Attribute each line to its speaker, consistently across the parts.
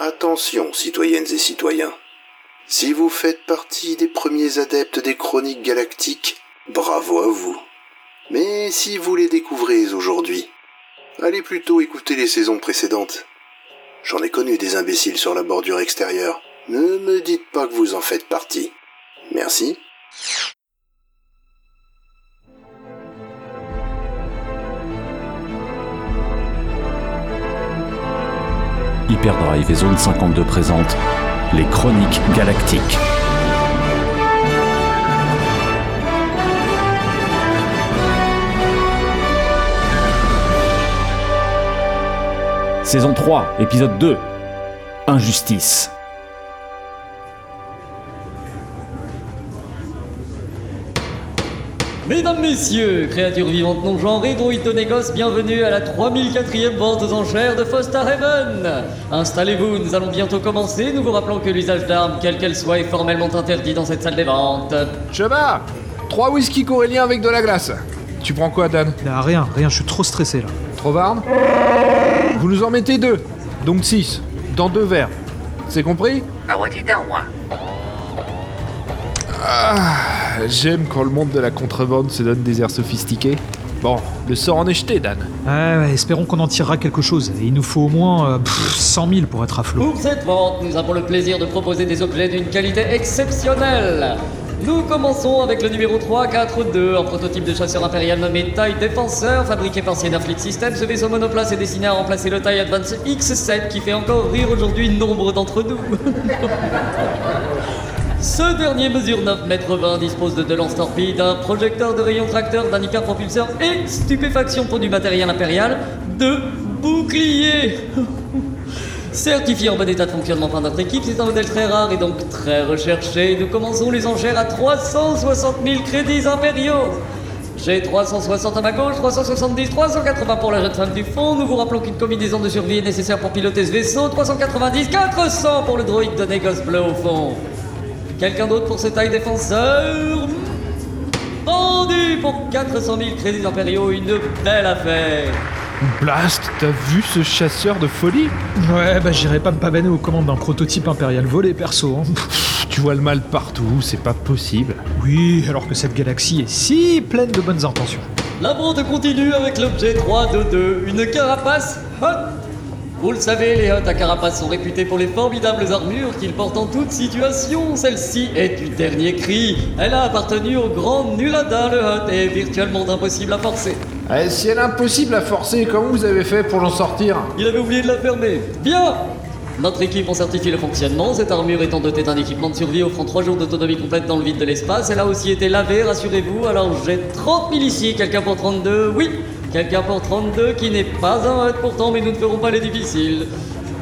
Speaker 1: Attention, citoyennes et citoyens. Si vous faites partie des premiers adeptes des chroniques galactiques, bravo à vous. Mais si vous les découvrez aujourd'hui, allez plutôt écouter les saisons précédentes. J'en ai connu des imbéciles sur la bordure extérieure. Ne me dites pas que vous en faites partie. Merci.
Speaker 2: Hyperdrive et Zone 52 présentent les Chroniques Galactiques. Saison 3, épisode 2. Injustice.
Speaker 3: Mesdames, Messieurs, créatures vivantes non genrées, druides de négoce, bienvenue à la 3004e vente aux enchères de Foster Haven Installez-vous, nous allons bientôt commencer, nous vous rappelons que l'usage d'armes, quelle qu'elle soit, est formellement interdit dans cette salle des ventes.
Speaker 4: Cheba Trois whisky coréliens avec de la glace. Tu prends quoi, Dan
Speaker 5: Là, rien, rien, je suis trop stressé là.
Speaker 4: Trovarne Vous nous en mettez deux, donc six, dans deux verres. C'est compris
Speaker 6: Ah ouais, dis donc, moi.
Speaker 4: Ah, J'aime quand le monde de la contrebande se donne des airs sophistiqués. Bon, le sort en est jeté, Dan.
Speaker 5: Ouais, ouais, espérons qu'on en tirera quelque chose. Et il nous faut au moins euh, pff, 100 000 pour être à flot.
Speaker 3: Pour cette vente, nous avons le plaisir de proposer des objets d'une qualité exceptionnelle. Nous commençons avec le numéro 342, un prototype de chasseur impérial nommé Taille Défenseur, fabriqué par Siena Fleet System. Ce vaisseau monoplace est destiné à remplacer le Taille Advance X7 qui fait encore rire aujourd'hui nombre d'entre nous. Ce dernier mesure 9 mètres 20, dispose de deux lances torpilles, d'un projecteur de rayon tracteur, d'un Icar propulseur et, stupéfaction pour du matériel impérial, de boucliers Certifié en bon état de fonctionnement par notre équipe, c'est un modèle très rare et donc très recherché. Nous commençons les enchères à 360 000 crédits impériaux. J'ai 360 à ma gauche, 370, 380 pour la jeune femme du fond. Nous vous rappelons qu'une combinaison de survie est nécessaire pour piloter ce vaisseau. 390, 400 pour le droïde de négoce bleu au fond. Quelqu'un d'autre pour ce taille défenseur Vendu pour 400 000 crédits impériaux, une belle affaire.
Speaker 4: Blast, t'as vu ce chasseur de folie
Speaker 5: Ouais, bah j'irai pas me pavaner aux commandes d'un prototype impérial volé perso. hein.
Speaker 4: Pff, Tu vois le mal partout, c'est pas possible.
Speaker 5: Oui, alors que cette galaxie est si pleine de bonnes intentions.
Speaker 3: La vente continue avec l'objet 3 de 2, une carapace hot. Vous le savez, les hottes à carapace sont réputés pour les formidables armures qu'ils portent en toute situation. Celle-ci est du dernier cri. Elle a appartenu au grand Nulada le hot et est virtuellement impossible à forcer.
Speaker 4: Eh, si elle est impossible à forcer, comment vous avez fait pour l'en sortir
Speaker 3: Il avait oublié de la fermer. Bien Notre équipe en certifie le fonctionnement, cette armure étant dotée d'un équipement de survie offrant 3 jours d'autonomie complète dans le vide de l'espace. Elle a aussi été lavée, rassurez-vous, alors j'ai 30 000 ici, quelqu'un pour 32, oui Quelqu'un pour 32 qui n'est pas un hot pourtant, mais nous ne ferons pas les difficiles.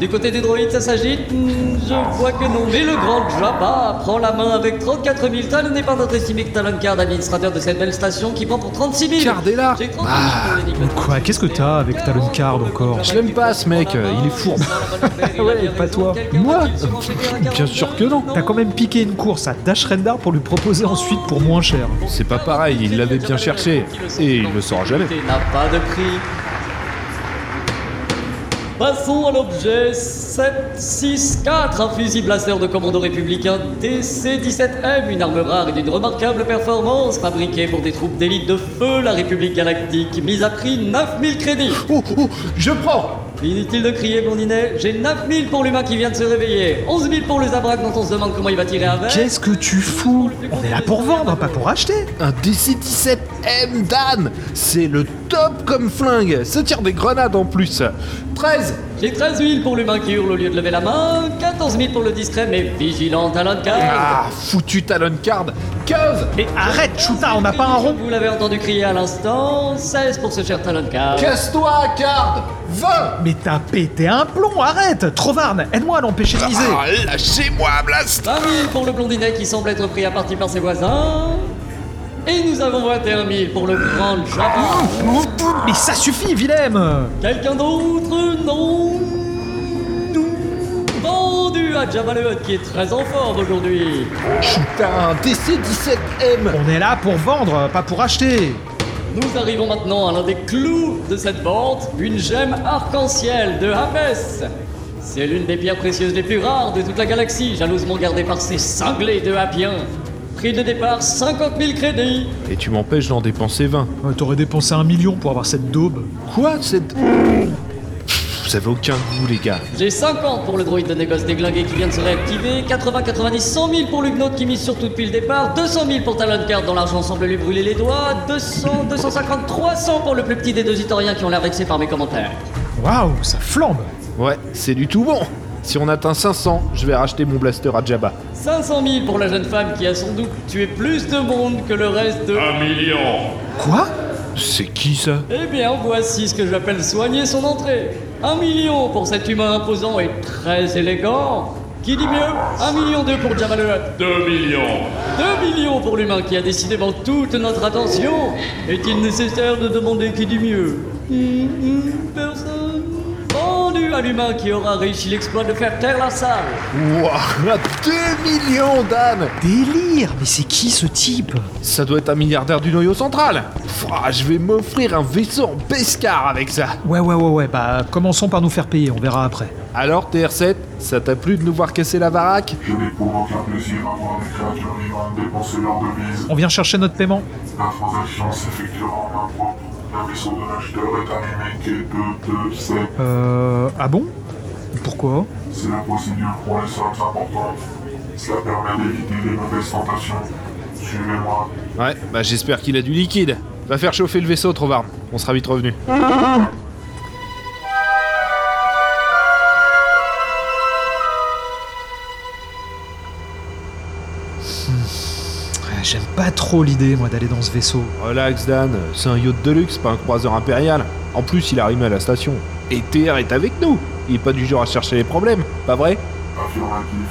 Speaker 3: Du côté des droïdes, ça s'agite Hmm, Je vois que non, mais le grand Jabba prend la main avec 34 000 talons et par notre estimé Talon Card, administrateur de cette belle station, qui prend pour 36 000
Speaker 4: Cardella
Speaker 3: J'ai 30 000 pour l'énigme.
Speaker 5: Quoi, qu'est-ce que t'as avec Talon Card encore
Speaker 4: Je l'aime pas, ce mec, euh, il est fourbe.
Speaker 5: Ah Ouais, pas toi. Euh,
Speaker 4: Moi Bien sûr que non.
Speaker 5: T'as quand même piqué une course à Dash Rendar pour lui proposer ensuite pour moins cher.
Speaker 4: C'est pas Bah, pareil, il l'avait bien cherché. Et il le saura jamais.
Speaker 3: n'a pas de prix. Passons à l'objet 764, un fusil blaster de commando républicain DC-17M, une arme rare et d'une remarquable performance, fabriquée pour des troupes d'élite de feu, la République Galactique, mise à prix 9000 crédits.
Speaker 4: Oh, oh, je prends
Speaker 3: Inutile de crier, blondinet, j'ai 9000 pour l'humain qui vient de se réveiller, 11000 pour le Zabrak dont on se demande comment il va tirer avec.
Speaker 5: Qu'est-ce que tu fous On est là pour vendre, pas pour acheter.
Speaker 4: Un DC-17M Dan C'est le top comme flingue Ça tire des grenades en plus 13
Speaker 3: J'ai 13 000 pour l'humain qui hurle au lieu de lever la main, 14 000 pour le distrait mais vigilant à l'encart.
Speaker 4: Ah, foutu talon card 15
Speaker 5: Mais arrête, Chuta, on n'a pas un rond.
Speaker 3: Vous l'avez entendu crier à l'instant, 16 pour ce cher Taloncar.
Speaker 4: Casse-toi, card 20
Speaker 5: Mais t'as pété un plomb, arrête Trovarne, aide-moi à l'empêcher de miser
Speaker 4: Ah, lâchez-moi, Blast
Speaker 3: 20 000 pour le blondinet qui semble être pris à partie par ses voisins. Et nous avons 21 000 pour le grand Jabba.
Speaker 5: Ah. Mais ça suffit, Willem
Speaker 3: Quelqu'un d'autre Non Nous Vendu à Jabba le Hutt qui est très en forme aujourd'hui.
Speaker 4: Putain, DC-17M
Speaker 5: On est là pour vendre, pas pour acheter
Speaker 3: Nous arrivons maintenant à l'un des clous de cette vente, une gemme arc-en-ciel de Hapes. C'est l'une des pierres précieuses les plus rares de toute la galaxie, jalousement gardée par ces cinglés de Happiens. Prix de départ 50 000 crédits.
Speaker 4: Et tu m'empêches d'en dépenser 20.
Speaker 5: Ouais, Euh, T'aurais dépensé un million pour avoir cette daube.
Speaker 4: Quoi cette... Pff, Vous avez aucun goût les gars.
Speaker 3: J'ai 50 pour le droïde de négoce déglingué qui vient de se réactiver, 80, 90, 100 000 pour l'Huguenot qui mise sur tout depuis le départ, 200 000 pour Talon Card dont l'argent semble lui brûler les doigts, 200, 250, 300 pour le plus petit des deux itoriens qui ont l'air vexés par mes commentaires.
Speaker 5: Waouh, ça flambe
Speaker 4: Ouais, c'est du tout bon. Si on atteint 500, je vais racheter mon blaster à Jabba.
Speaker 3: 500 000 pour la jeune femme qui a sans doute tué plus de monde que le reste de...
Speaker 6: Un million
Speaker 5: Quoi
Speaker 4: C'est qui ça
Speaker 3: Eh bien, voici ce que j'appelle soigner son entrée. Un million pour cet humain imposant et très élégant. Qui dit mieux Un million deux pour Jabba le Hutt.
Speaker 6: Deux millions
Speaker 3: Deux millions pour l'humain qui a décidément toute notre attention. Est-il nécessaire de demander qui dit mieux Hum, hum, Personne. Vendu à l'humain qui aura réussi l'exploit de faire taire la salle.
Speaker 4: Wouah 2 millions d'ânes
Speaker 5: Délire Mais c'est qui ce type
Speaker 4: Ça doit être un milliardaire du noyau central Pouah, Je vais m'offrir un vaisseau en pescar avec ça
Speaker 5: Ouais, ouais, ouais, ouais, bah commençons par nous faire payer, on verra après.
Speaker 4: Alors TR7, ça t'a plu de nous voir casser la baraque
Speaker 7: J'avais pour aucun plaisir à voir des créatures vivantes dépenser leurs devises.
Speaker 5: On vient chercher notre paiement.
Speaker 7: La transaction s'effectuera en main propre. Le vaisseau de l'acheteur est un Mickey 227.
Speaker 5: Euh. Ah bon Pourquoi
Speaker 7: C'est la procédure pour les sommes importantes. Cela permet d'éviter les mauvaises tentations. Suivez-moi.
Speaker 4: Ouais, bah j'espère qu'il a du liquide. Va faire chauffer le vaisseau, Trovarne. On sera vite revenu.
Speaker 5: Ouais, J'aime pas trop l'idée, moi, d'aller dans ce vaisseau.
Speaker 4: Relax Dan, c'est un yacht de luxe, pas un croiseur impérial. En plus, il arrive à la station. Et TR est avec nous Il est pas du genre à chercher les problèmes, pas vrai
Speaker 7: Affirmatif.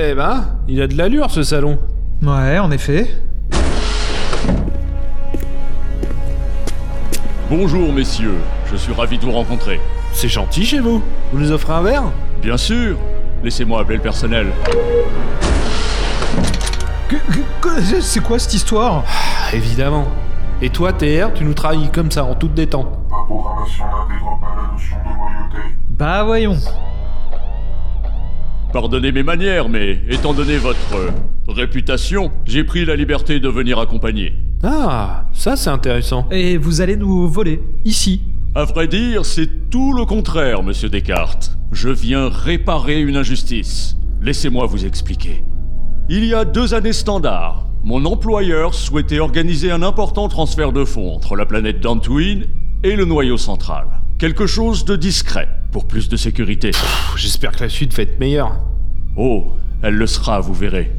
Speaker 4: Eh ben, il a de l'allure ce salon
Speaker 5: Ouais, en effet.
Speaker 6: Bonjour messieurs, je suis ravi de vous rencontrer.
Speaker 4: C'est gentil chez vous Vous nous offrez un verre
Speaker 6: Bien sûr Laissez-moi appeler le personnel.
Speaker 5: Que- que- que- C'est quoi cette histoire
Speaker 4: Évidemment. Et toi, TR, tu nous trahis comme ça, en toute détente.
Speaker 7: Ma programmation n'intègre pas la notion de loyauté.
Speaker 5: Bah voyons.
Speaker 6: Pardonnez mes manières, mais étant donné votre euh, réputation, j'ai pris la liberté de venir accompagner.
Speaker 4: Ah, ça c'est intéressant.
Speaker 5: Et vous allez nous voler, ici.
Speaker 6: À vrai dire, c'est tout le contraire, monsieur Descartes. Je viens réparer une injustice. Laissez-moi vous expliquer. Il y a deux années standards, mon employeur souhaitait organiser un important transfert de fonds entre la planète Dantooine et le noyau central. Quelque chose de discret, pour plus de sécurité.
Speaker 4: Pff, J'espère que la suite va être meilleure.
Speaker 6: Oh, elle le sera, vous verrez.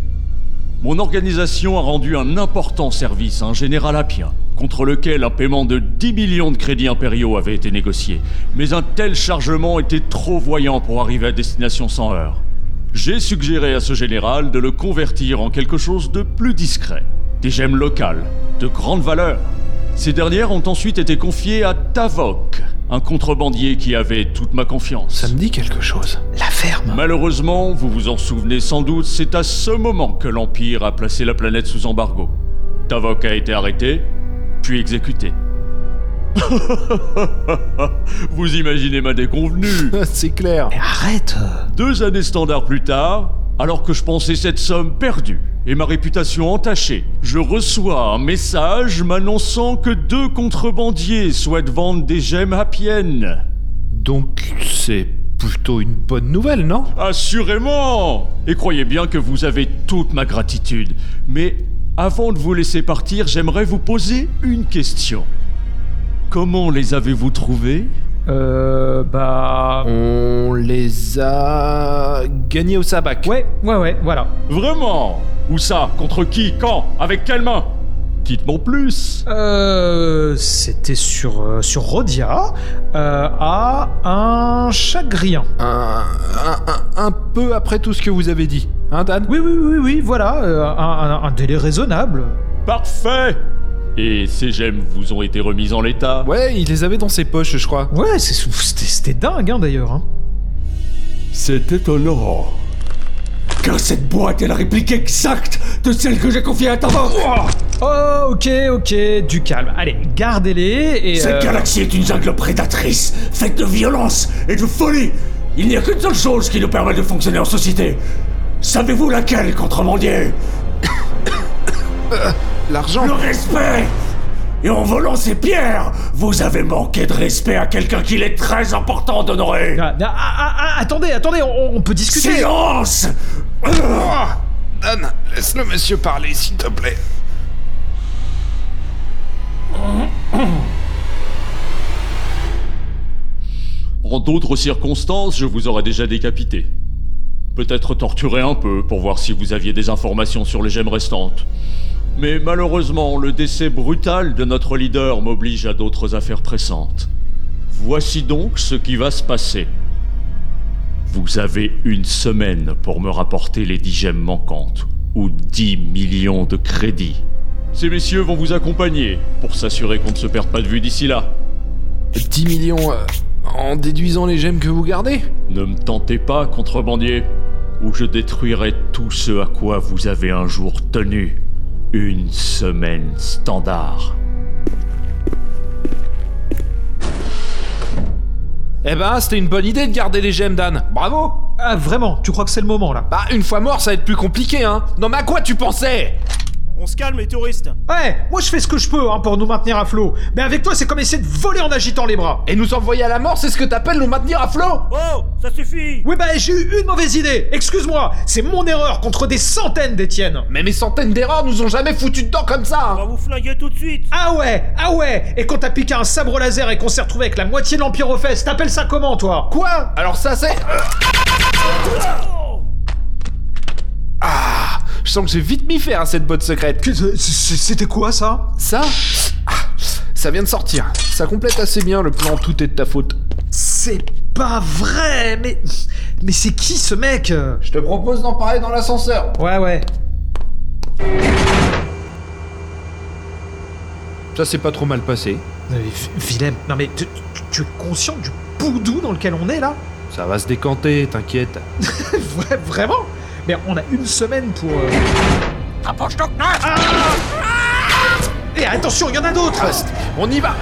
Speaker 6: Mon organisation a rendu un important service à un général Appien, contre lequel un paiement de 10 millions de crédits impériaux avait été négocié. Mais un tel chargement était trop voyant pour arriver à destination sans heurts. J'ai suggéré à ce général de le convertir en quelque chose de plus discret. Des gemmes locales, de grande valeur. Ces dernières ont ensuite été confiées à Tavok, un contrebandier qui avait toute ma confiance.
Speaker 4: Ça me dit quelque chose.
Speaker 5: La ferme.
Speaker 6: Malheureusement, vous vous en souvenez sans doute, c'est à ce moment que l'Empire a placé la planète sous embargo. Tavok a été arrêté, puis exécuté. vous imaginez ma déconvenue
Speaker 4: c'est clair.
Speaker 5: Arrête
Speaker 6: Deux années standards plus tard, alors que je pensais cette somme perdue et ma réputation entachée, je reçois un message m'annonçant que deux contrebandiers souhaitent vendre des gemmes à Pienne.
Speaker 4: Donc c'est plutôt une bonne nouvelle, non
Speaker 6: Assurément Et croyez bien que vous avez toute ma gratitude. Mais avant de vous laisser partir, j'aimerais vous poser une question. Comment les avez-vous trouvés
Speaker 5: Euh. Bah.
Speaker 4: On les a gagnés au sabac.
Speaker 5: Ouais, ouais, ouais, voilà.
Speaker 6: Vraiment Où ça Contre qui Quand Avec quelle main Dites-moi plus
Speaker 5: Euh. C'était sur. euh, sur Rodia. euh, à un chagrien.
Speaker 4: Un, un- un- un peu après tout ce que vous avez dit. Hein, Dan
Speaker 5: Oui, oui, oui, oui, voilà. euh, un, un- un délai raisonnable.
Speaker 6: Parfait Et ces gemmes vous ont été remises en l'état
Speaker 4: Ouais, il les avait dans ses poches, je crois.
Speaker 5: Ouais, c'est- c'était c'était dingue, hein, d'ailleurs. hein.
Speaker 6: C'est étonnant.
Speaker 8: Car cette boîte est la réplique exacte de celle que j'ai confiée à ta banque
Speaker 5: Oh, ok, ok, du calme. Allez, gardez-les et.
Speaker 8: Cette
Speaker 5: euh,
Speaker 8: galaxie est une jungle prédatrice, faite de violence et de folie Il n'y a qu'une seule chose qui nous permet de fonctionner en société Savez-vous laquelle, contrebandier
Speaker 4: L'argent
Speaker 8: Le respect Et en volant ces pierres, vous avez manqué de respect à quelqu'un qu'il est très important d'honorer
Speaker 5: ah, ah, ah, ah, attendez, attendez, on, on peut discuter.
Speaker 8: Silence
Speaker 4: Dan, laisse le monsieur parler, s'il te plaît.
Speaker 6: En d'autres circonstances, je vous aurais déjà décapité. Peut-être torturé un peu pour voir si vous aviez des informations sur les gemmes restantes. Mais malheureusement, le décès brutal de notre leader m'oblige à d'autres affaires pressantes. Voici donc ce qui va se passer. Vous avez une semaine pour me rapporter les 10 gemmes manquantes, ou 10 millions de crédits. Ces messieurs vont vous accompagner pour s'assurer qu'on ne se perde pas de vue d'ici là.
Speaker 4: 10 millions euh, en déduisant les gemmes que vous gardez
Speaker 6: Ne me tentez pas, contrebandier, ou je détruirai tout ce à quoi vous avez un jour tenu. Une semaine standard.
Speaker 4: Eh ben, c'était une bonne idée de garder les gemmes, Dan. Bravo
Speaker 5: Ah, vraiment, tu crois que c'est le moment là
Speaker 4: Bah, une fois mort, ça va être plus compliqué, hein Non mais à quoi tu pensais
Speaker 9: On se calme les touristes
Speaker 5: Ouais, moi je fais ce que je peux hein, pour nous maintenir à flot. Mais avec toi, c'est comme essayer de voler en agitant les bras.
Speaker 4: Et nous envoyer à la mort, c'est ce que t'appelles nous maintenir à flot
Speaker 9: Oh Ça suffit
Speaker 5: Oui, bah j'ai eu une mauvaise idée. Excuse-moi, c'est mon erreur contre des centaines d'Étienne.
Speaker 4: Mais mes centaines d'erreurs nous ont jamais foutu dedans comme ça
Speaker 9: On
Speaker 4: hein.
Speaker 9: va vous flinguer tout de suite
Speaker 5: Ah ouais, ah ouais. Et quand t'as piqué un sabre laser et qu'on s'est retrouvé avec la moitié de l'empire aux fesses, t'appelles ça comment toi
Speaker 4: Quoi Alors ça c'est... Ah Je sens que j'ai vite m'y faire à cette botte secrète.
Speaker 5: C'était quoi ça
Speaker 4: Ça Ah, Ça vient de sortir. Ça complète assez bien le plan Tout est de ta faute.
Speaker 5: C'est pas vrai, mais mais c'est qui ce mec
Speaker 4: Je te propose d'en parler dans l'ascenseur.
Speaker 5: Ouais ouais.
Speaker 4: Ça s'est pas trop mal passé.
Speaker 5: Mais V- Willem, Euh, non mais tu, tu- tu es conscient du boudou dans lequel on est là
Speaker 4: Ça va se décanter, t'inquiète.
Speaker 5: Vra- Vraiment Mais on a une semaine pour. euh, Ah Et attention, il y en a d'autres
Speaker 4: Reste. On y va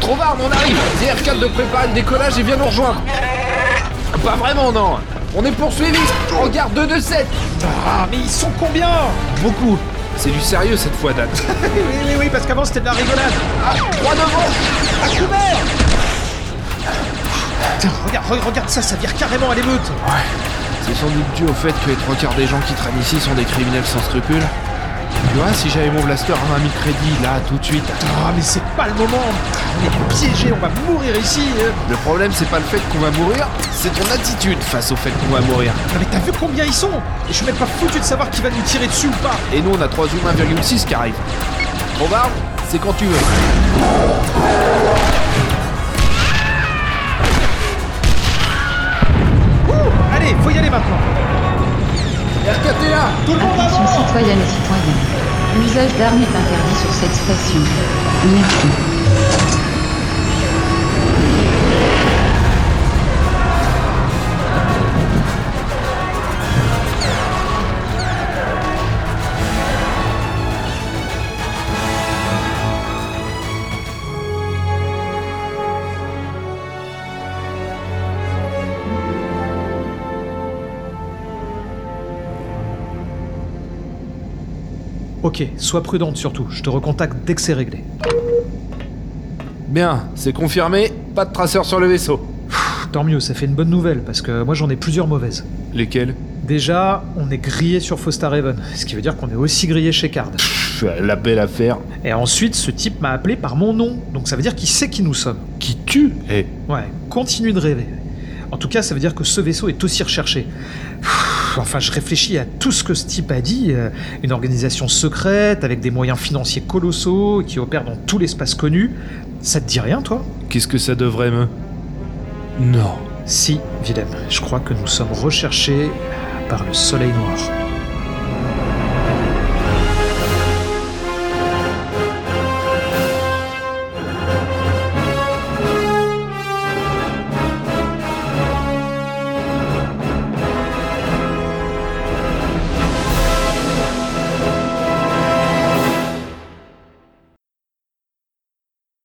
Speaker 4: Trovard, on arrive DR4 de prépa, le décollage et viens nous rejoindre Pas vraiment, non On est poursuivis En garde 2 de 7
Speaker 5: Ah, mais ils sont combien
Speaker 4: Beaucoup C'est du sérieux cette fois, Dan.
Speaker 5: Oui, oui, oui, parce qu'avant c'était de la rigolade.
Speaker 4: Ah, Trois devant
Speaker 5: À couvert Putain, regarde, re- regarde ça, ça vire carrément à l'émeute
Speaker 4: C'est sans doute dû au fait que les trois quarts des gens qui traînent ici sont des criminels sans scrupules. Tu vois, si j'avais mon blaster à 20 000 crédits, là, tout de suite...
Speaker 5: Ah, mais c'est pas le moment On est piégés, on va mourir ici euh.
Speaker 4: Le problème, c'est pas le fait qu'on va mourir, c'est ton attitude face au fait qu'on va mourir.
Speaker 5: Non, mais t'as vu combien ils sont Et je suis même pas foutu de savoir qui va nous tirer dessus ou pas
Speaker 4: Et nous, on a 3 zoom 1,6 qui arrivent. Robard, c'est quand tu veux.
Speaker 5: Ouh, Allez, faut y aller maintenant
Speaker 4: RKT là
Speaker 5: Tout le monde
Speaker 10: Attention
Speaker 5: avant
Speaker 10: citoyennes et citoyens. L'usage d'armes est interdit sur cette station. Merci.
Speaker 5: Ok, sois prudente surtout, je te recontacte dès que c'est réglé.
Speaker 4: Bien, c'est confirmé, pas de traceur sur le vaisseau.
Speaker 5: Tant mieux, ça fait une bonne nouvelle, parce que moi j'en ai plusieurs mauvaises.
Speaker 4: Lesquels
Speaker 5: Déjà, on est grillé sur Fosta Raven, ce qui veut dire qu'on est aussi grillé chez Card.
Speaker 4: La belle affaire.
Speaker 5: Et ensuite, ce type m'a appelé par mon nom, donc ça veut dire qu'il sait qui nous sommes.
Speaker 4: Qui tue Eh,
Speaker 5: Ouais, continue de rêver. En tout cas, ça veut dire que ce vaisseau est aussi recherché. Pff, Enfin, je réfléchis à tout ce que ce type a dit. euh, Une organisation secrète, avec des moyens financiers colossaux, qui opère dans tout l'espace connu. Ça te dit rien, toi
Speaker 4: qu'est-ce que ça devrait me... Non.
Speaker 5: Si, Willem, je crois que nous sommes recherchés par le Soleil Noir.